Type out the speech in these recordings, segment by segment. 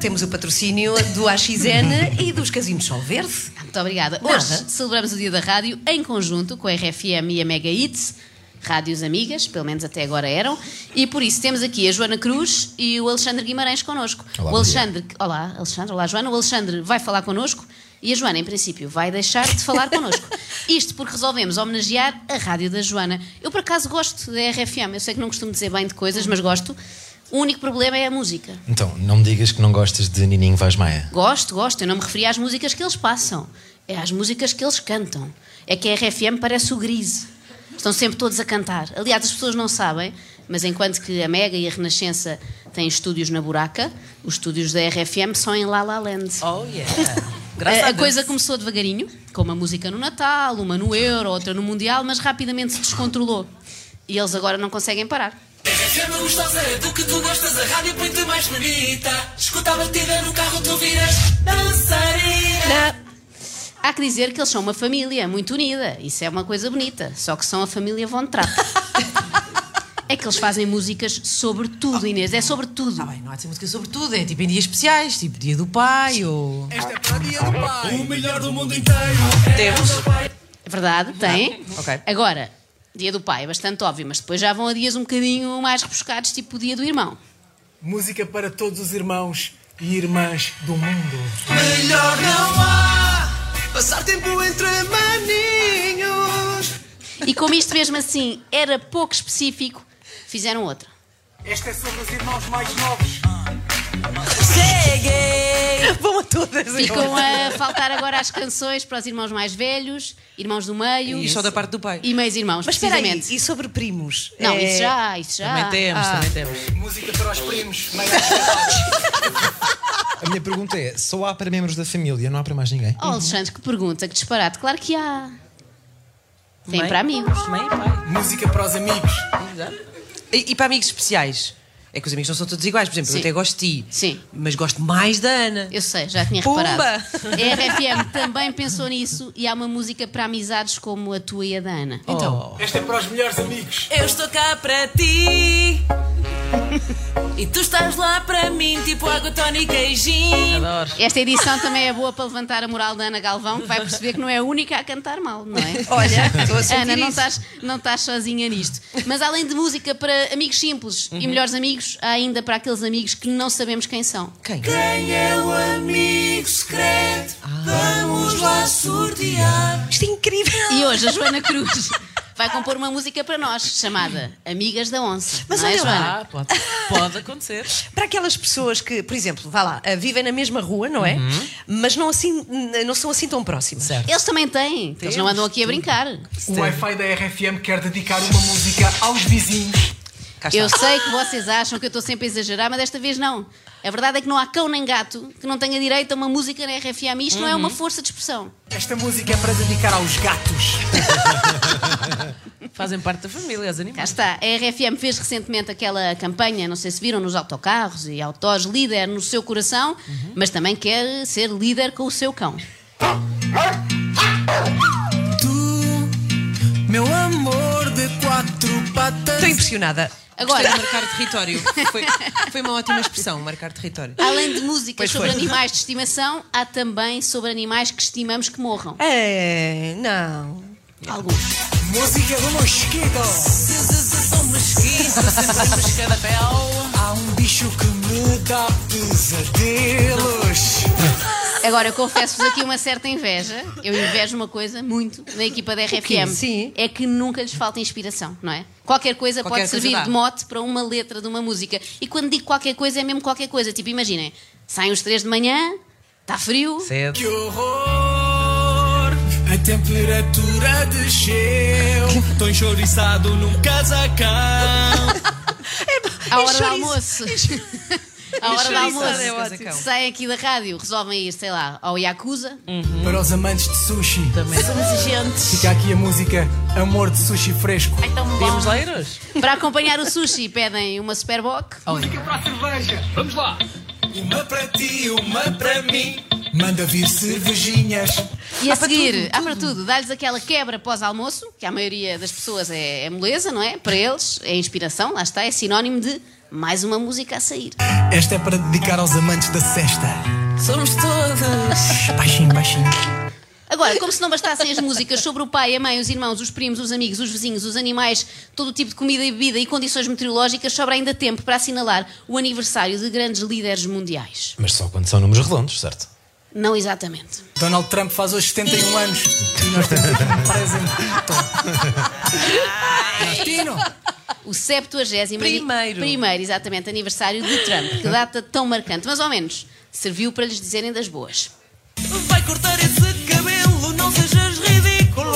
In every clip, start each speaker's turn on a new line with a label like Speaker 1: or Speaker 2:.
Speaker 1: temos o patrocínio do AXN e dos Casinos Sol Verde.
Speaker 2: Muito obrigada.
Speaker 1: Nada.
Speaker 2: Hoje celebramos o Dia da Rádio em conjunto com a RFM e a Mega Hits, rádios amigas, pelo menos até agora eram, e por isso temos aqui a Joana Cruz e o Alexandre Guimarães connosco.
Speaker 3: Olá,
Speaker 2: o
Speaker 3: bom dia.
Speaker 2: Alexandre, olá, Alexandre, olá Joana, o Alexandre vai falar connosco e a Joana, em princípio, vai deixar de falar connosco. Isto porque resolvemos homenagear a rádio da Joana. Eu, por acaso, gosto da RFM, eu sei que não costumo dizer bem de coisas, mas gosto. O único problema é a música.
Speaker 3: Então, não me digas que não gostas de Nininho Vaz Maia.
Speaker 2: Gosto, gosto. Eu não me referi às músicas que eles passam, é às músicas que eles cantam. É que a RFM parece o grise. Estão sempre todos a cantar. Aliás, as pessoas não sabem, mas enquanto que a Mega e a Renascença têm estúdios na Buraca, os estúdios da RFM são em La La Land.
Speaker 1: Oh yeah! Graças
Speaker 2: A,
Speaker 1: a
Speaker 2: Eh, a
Speaker 1: Deus.
Speaker 2: coisa começou devagarinho, com uma música no Natal, uma no Euro, outra no Mundial, mas rapidamente se descontrolou. E eles agora não conseguem parar.
Speaker 4: RFM é gostosa, do que tu gostas, a rádio põe-te mais bonita. Escuta a batida no carro, tu viras dançarina.
Speaker 2: Há que dizer que eles são uma família muito unida. Isso é uma coisa bonita. Só que são a família Von Trapp. é que eles fazem músicas sobre tudo, Inês. É sobre tudo.
Speaker 1: Ah, bem, não há de ser música sobre tudo, é tipo em dias especiais, tipo dia do pai ou.
Speaker 4: Esta é para a dia do pai. O melhor do mundo inteiro.
Speaker 1: Temos.
Speaker 2: É Verdade, tem.
Speaker 1: Ok.
Speaker 2: Agora, dia do pai é bastante óbvio, mas depois já vão a dias um bocadinho mais rebuscados, tipo o dia do irmão.
Speaker 5: Música para todos os irmãos e irmãs do mundo.
Speaker 4: Melhor não há. Passar tempo entre maninhos.
Speaker 2: E como isto mesmo assim era pouco específico, fizeram outra.
Speaker 5: Esta é sobre os irmãos mais novos.
Speaker 1: Vão a todas
Speaker 6: né?
Speaker 2: Ficam a faltar agora as canções para os irmãos mais velhos, irmãos do meio.
Speaker 1: E só da parte do pai.
Speaker 2: E meios irmãos,
Speaker 1: Mas espera aí,
Speaker 2: precisamente.
Speaker 1: e sobre primos?
Speaker 2: Não,
Speaker 1: É-
Speaker 2: isso já, isso já.
Speaker 1: Também temos,
Speaker 2: Ah.
Speaker 1: também temos.
Speaker 5: Música para os primos.
Speaker 3: A minha pergunta é: só há para membros da família, não há para mais ninguém?
Speaker 2: Oh, Alexandre, que pergunta, que disparate. Claro que há. Tem
Speaker 1: Mãe?
Speaker 2: para amigos.
Speaker 1: Mãe, é pai.
Speaker 5: Música para os amigos.
Speaker 1: E, e para amigos especiais? É que os amigos não são todos iguais. Por exemplo,
Speaker 2: Sim.
Speaker 1: eu até gosto de ti,
Speaker 2: Sim.
Speaker 1: mas gosto mais da Ana.
Speaker 2: Eu sei, já tinha
Speaker 1: Pumba!
Speaker 2: reparado. A RFM também pensou nisso e há uma música para amizades como a tua e a da Ana.
Speaker 1: Então,
Speaker 5: Esta é para os melhores amigos.
Speaker 6: Eu estou cá para ti E tu estás lá para mim Tipo água tónica e gin
Speaker 1: adoro.
Speaker 2: Esta edição também é boa para levantar a moral da Ana Galvão, que vai perceber que não é a única a cantar mal, não é?
Speaker 1: Olha, estou a sentir
Speaker 2: Ana, não
Speaker 1: isso.
Speaker 2: estás, não estás sozinha nisto. Mas além de música para amigos simples
Speaker 1: Uhum.
Speaker 2: e melhores amigos, há ainda para aqueles amigos que não sabemos quem são.
Speaker 1: Quem?
Speaker 4: Quem é o amigo secreto? Vamos lá sortear.
Speaker 1: Isto é incrível.
Speaker 2: E hoje a Joana Cruz vai compor uma música para nós chamada Amigas da Onça.
Speaker 1: Mas
Speaker 2: não é,
Speaker 1: olha lá,
Speaker 2: Joana?
Speaker 7: Ah, pode, pode acontecer.
Speaker 1: Para aquelas pessoas que, por exemplo, vá lá, ah, vivem na mesma rua, não é? Mas não, assim, n- não são assim tão próximas.
Speaker 7: Certo.
Speaker 2: Eles também têm, eles não andam aqui a brincar.
Speaker 5: O Wi-Fi da RFM quer dedicar uma música aos vizinhos.
Speaker 1: Cá está.
Speaker 2: Eu sei que vocês acham que eu estou sempre a exagerar, mas desta vez não. A verdade é que não há cão nem gato que não tenha direito a uma música na RFM. Isto não é
Speaker 1: Uhum.
Speaker 2: uma força de expressão.
Speaker 5: Esta música é para dedicar aos gatos.
Speaker 7: Fazem parte da família, os
Speaker 2: Cá
Speaker 7: animais.
Speaker 2: está. A RFM fez recentemente aquela campanha, não sei se viram, nos autocarros e autores, líder no seu coração,
Speaker 1: Uhum.
Speaker 2: mas também quer ser líder com o seu cão.
Speaker 4: Tu, meu amor de quatro patas.
Speaker 1: Estou impressionada.
Speaker 2: Agora,
Speaker 7: Marcar território.
Speaker 1: Foi, foi uma ótima expressão, marcar território.
Speaker 2: Além de músicas
Speaker 1: Pois
Speaker 2: sobre
Speaker 1: foi.
Speaker 2: animais de estimação, há também sobre animais que estimamos que morram.
Speaker 1: É, não.
Speaker 2: Alguns.
Speaker 4: Música do mosquito.
Speaker 6: Sensação mosquito Sempre moscadapel
Speaker 4: Há um bicho que me dá pesadelos.
Speaker 2: Agora, eu confesso-vos aqui uma certa inveja. Eu invejo uma coisa muito na equipa da RFM.
Speaker 1: Sim.
Speaker 2: É que nunca lhes falta inspiração, não é? Qualquer coisa
Speaker 7: Qualquer coisa
Speaker 2: pode servir
Speaker 7: dá.
Speaker 2: de mote para uma letra de uma música. E quando digo qualquer coisa, é mesmo qualquer coisa. Tipo, imaginem, saem os três de manhã, está frio,
Speaker 7: Cedo.
Speaker 4: Que horror! A temperatura desceu. Tô enxouriçado num casacão.
Speaker 2: à hora do
Speaker 1: chouriço.
Speaker 2: almoço. À hora do
Speaker 1: chouriçado
Speaker 2: almoço,
Speaker 1: é ótimo.
Speaker 2: saem aqui da rádio, resolvem ir, sei lá, ao Yakuza.
Speaker 5: Para os amantes de sushi,
Speaker 6: Somos agentes
Speaker 5: fica aqui a música Amor de Sushi Fresco.
Speaker 6: Ai tá. tão bom
Speaker 7: Vamos lá ir hoje.
Speaker 2: Para acompanhar o sushi, pedem uma Oh. Superboc.
Speaker 4: Uma pra ti, uma pra mim.
Speaker 5: Manda vir cervejinhas.
Speaker 2: E a seguir, há para tudo, dá-lhes aquela quebra pós-almoço, que a maioria das pessoas é, é moleza, não é? Para eles é inspiração, lá está, é sinónimo de mais uma música a sair.
Speaker 5: Esta é para dedicar aos amantes da sesta.
Speaker 6: Somos todos.
Speaker 5: Baixinho, baixinho.
Speaker 2: Agora, como se não bastassem as músicas sobre o pai, a mãe, os irmãos, os primos, os amigos, os vizinhos, os animais, todo o tipo de comida e bebida e condições meteorológicas, sobra ainda tempo para assinalar o aniversário de grandes líderes mundiais.
Speaker 3: Mas só quando são números redondos, certo?
Speaker 2: Não exatamente.
Speaker 5: Donald Trump faz hoje 71 anos. E nós temos aqui um presente. Martino!
Speaker 2: O 70
Speaker 7: Primeiro.
Speaker 2: primeiro, exatamente, aniversário de Trump. Que data tão marcante, mas ao menos serviu para lhes dizerem das boas.
Speaker 6: Vai cortar esse cabelo, não sejas ridículo.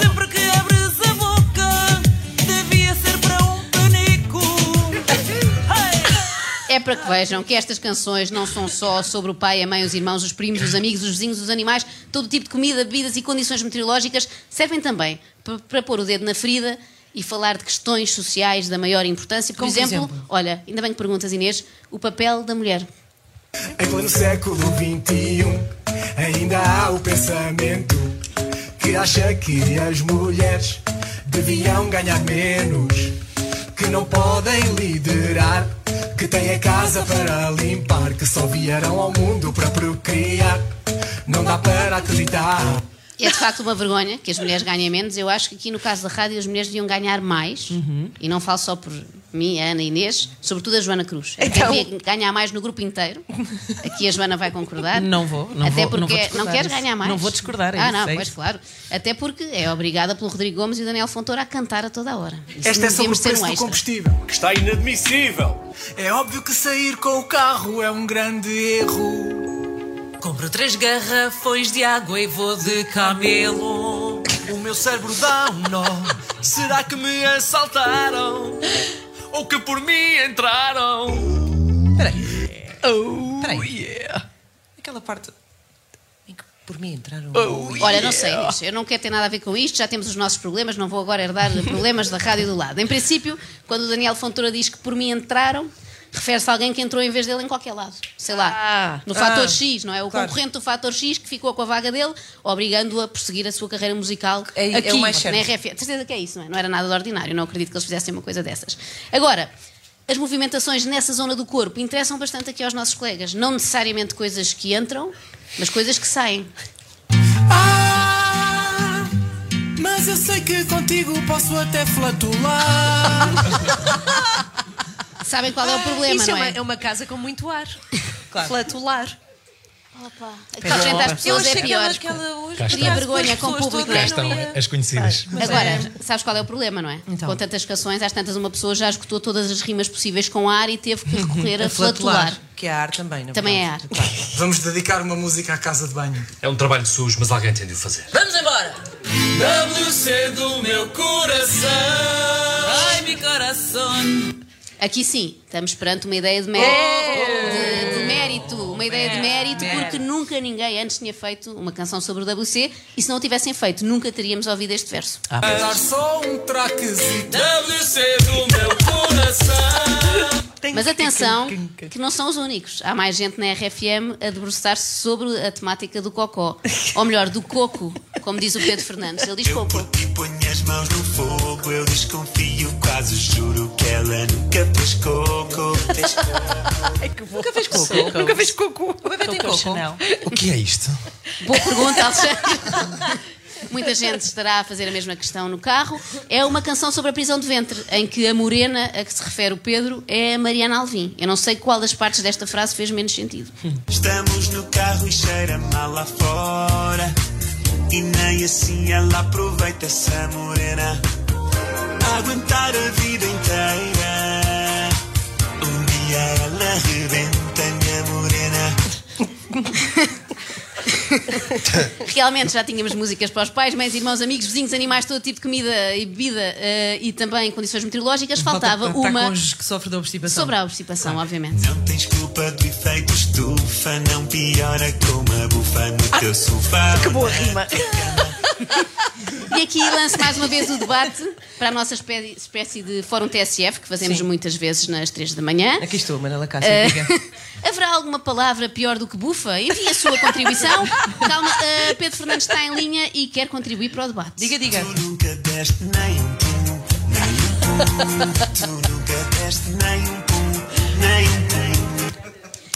Speaker 6: Sempre que abres a boca, devia ser para um panico.
Speaker 2: É para que vejam que estas canções não são só sobre o pai, a mãe, os irmãos, os primos, os amigos, os vizinhos, os animais, todo tipo de comida, bebidas e condições meteorológicas, servem também pa- para pôr o dedo na ferida e falar de questões sociais da maior importância. Por
Speaker 7: Como por
Speaker 2: exemplo,
Speaker 7: exemplo?
Speaker 2: olha, ainda bem que perguntas, Inês, o papel da mulher.
Speaker 5: Em pleno século XXI, ainda há o pensamento que acha que as mulheres deviam ganhar menos, que não podem liderar, que têm a casa para limpar, que só vieram ao mundo para procriar. Não dá para acreditar.
Speaker 2: É de facto uma vergonha que as mulheres ganhem menos. Eu acho que aqui no caso da rádio as mulheres deviam ganhar mais.
Speaker 7: Uhum.
Speaker 2: E não falo só por mim, a Ana e Inês, sobretudo a Joana Cruz. Até
Speaker 1: Então-
Speaker 2: devia ganhar mais no grupo inteiro. Aqui a Joana vai concordar.
Speaker 7: Não vou, não
Speaker 2: Até
Speaker 7: vou- não vou
Speaker 2: porque
Speaker 7: discordar,
Speaker 2: queres
Speaker 7: isso.
Speaker 2: ganhar mais.
Speaker 7: Não vou discordar, é
Speaker 2: Ah,
Speaker 7: isso,
Speaker 2: não,
Speaker 7: é
Speaker 2: pois
Speaker 7: isso.
Speaker 2: claro. Até porque é obrigada pelo Rodrigo Gomes e o Daniel Fontoura a cantar a toda a hora. Isso
Speaker 5: Esta é sobre
Speaker 2: devíamos
Speaker 5: o
Speaker 2: ter
Speaker 5: preço
Speaker 2: um
Speaker 5: do
Speaker 2: extra.
Speaker 5: combustível.
Speaker 8: que está inadmissível.
Speaker 5: É óbvio que sair com o carro é um grande erro.
Speaker 6: Compro três garrafões de água e vou de camelo.
Speaker 8: O meu cérebro dá um nó. Será que me assaltaram? Ou que por mim entraram?
Speaker 6: Oh,
Speaker 7: Espera aí. Aquela parte em que por mim entraram.
Speaker 2: Olha, não sei, Inês, eu não quero ter nada a ver com isto, já temos os nossos problemas, não vou agora herdar problemas da rádio do lado. Em princípio, quando o Daniel Fontoura diz que por mim entraram, refere-se a alguém que entrou em vez dele em qualquer lado. Sei lá,
Speaker 1: Ah,
Speaker 2: no fator
Speaker 7: ah,
Speaker 2: X, não é? O
Speaker 7: claro.
Speaker 2: concorrente do fator X que ficou com a vaga dele, obrigando-o a prosseguir a sua carreira musical
Speaker 7: É- é
Speaker 2: aqui,
Speaker 7: o mais
Speaker 2: na
Speaker 7: certo.
Speaker 2: RFM. De certeza que é isso, não é? Não era nada de ordinário, não acredito que eles fizessem uma coisa dessas. Agora, as movimentações nessa zona do corpo interessam bastante aqui aos nossos colegas. Não necessariamente coisas que entram, mas coisas que saem.
Speaker 5: Ah, mas eu sei que contigo posso até flatular.
Speaker 2: Sabem qual é o problema,
Speaker 1: Isso é
Speaker 2: não
Speaker 1: uma,
Speaker 2: é?
Speaker 1: é uma casa com muito ar.
Speaker 7: Claro.
Speaker 1: Flatular.
Speaker 2: Acrescentar às
Speaker 7: Eu
Speaker 2: pessoas é
Speaker 7: achei que
Speaker 2: pior.
Speaker 7: ela, que ela hoje
Speaker 3: Cá
Speaker 2: Cria
Speaker 3: está.
Speaker 2: vergonha com o público.
Speaker 3: Cá estão as conhecidas.
Speaker 2: Agora, sabes qual é o problema, não é?
Speaker 1: Então.
Speaker 2: Com tantas canções, às tantas uma pessoa já escutou todas as rimas possíveis com ar e teve que recorrer a flatular.
Speaker 7: Que é ar também, não
Speaker 2: Também é ar.
Speaker 5: Vamos dedicar uma música à casa de banho.
Speaker 8: É um trabalho sujo, mas alguém tem de o fazer.
Speaker 6: Vamos embora!
Speaker 4: WC do meu coração.
Speaker 6: Ai, meu coração!
Speaker 2: Aqui sim, estamos perante uma ideia de mérito. De, de mérito. Uma ideia de mérito, porque nunca ninguém antes tinha feito uma canção sobre o WC e se não o tivessem feito, nunca teríamos ouvido este verso.
Speaker 5: É dar só um traquezito.
Speaker 4: WC do meu coração.
Speaker 1: Tem
Speaker 2: Mas
Speaker 1: que-
Speaker 2: atenção,
Speaker 1: que- que-
Speaker 2: que não são os únicos. Há mais gente na RFM a debruçar-se sobre a temática do cocó. Ou melhor, do coco, como diz o Pedro Fernandes. Ele diz
Speaker 9: Eu por
Speaker 2: coco.
Speaker 9: ti ponho as mãos no fogo, eu desconfio, quase juro que ela nunca fez coco.
Speaker 7: Nunca fez coco.
Speaker 1: Nunca fez cocô.
Speaker 7: coco. Chanel.
Speaker 3: O que é isto?
Speaker 2: Boa pergunta, Alexandre. Muita gente estará a fazer a mesma questão no carro. É uma canção sobre a prisão de ventre, em que a morena a que se refere o Pedro é a Mariana Alvim. Eu não sei qual das partes desta frase fez menos sentido.
Speaker 9: Estamos no carro e cheira mal lá fora. E nem assim ela aproveita essa morena. Aguentar a vida inteira. Um dia ela arrebenta minha morena.
Speaker 2: Realmente já tínhamos músicas para os pais, mães, irmãos, amigos, vizinhos, animais, todo tipo de comida e bebida eh, e também condições meteorológicas.
Speaker 1: tá
Speaker 2: Faltava
Speaker 7: Está
Speaker 2: uma
Speaker 7: com os que sofrem de obstipação.
Speaker 2: sobre a obstipação, obviamente.
Speaker 9: Não tens culpa do efeito estufa, não piora com uma bufa no teu sofá. Que boa rima!
Speaker 2: E aqui lanço mais uma vez o debate para a nossa espé- espécie de fórum TSF, que fazemos
Speaker 1: Sim.
Speaker 2: muitas vezes nas três da manhã.
Speaker 10: Aqui estou, Manela
Speaker 2: Eh,
Speaker 10: Cássio, diga.
Speaker 2: Haverá alguma palavra pior do que bufa? Envie a sua contribuição. Calma, eh, Pedro Fernandes está em linha e quer contribuir para o debate.
Speaker 10: Diga, diga.
Speaker 9: Tu nunca deste nem um pum, nem um pum. Tu nunca deste nem um pum, nem um pum.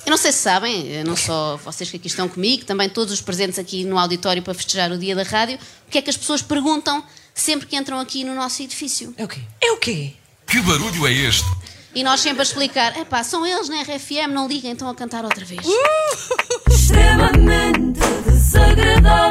Speaker 2: Eu não sei se sabem, eh, não só vocês que aqui estão comigo, também todos os presentes aqui no auditório para festejar o dia da rádio, o que é que as pessoas perguntam sempre que entram aqui no nosso edifício?
Speaker 10: É o quê?
Speaker 1: É o quê?
Speaker 11: Que barulho é este?
Speaker 2: E nós sempre a explicar: epá, são eles na RFM, não liguem, estão a cantar outra vez.
Speaker 6: extremamente desagradável.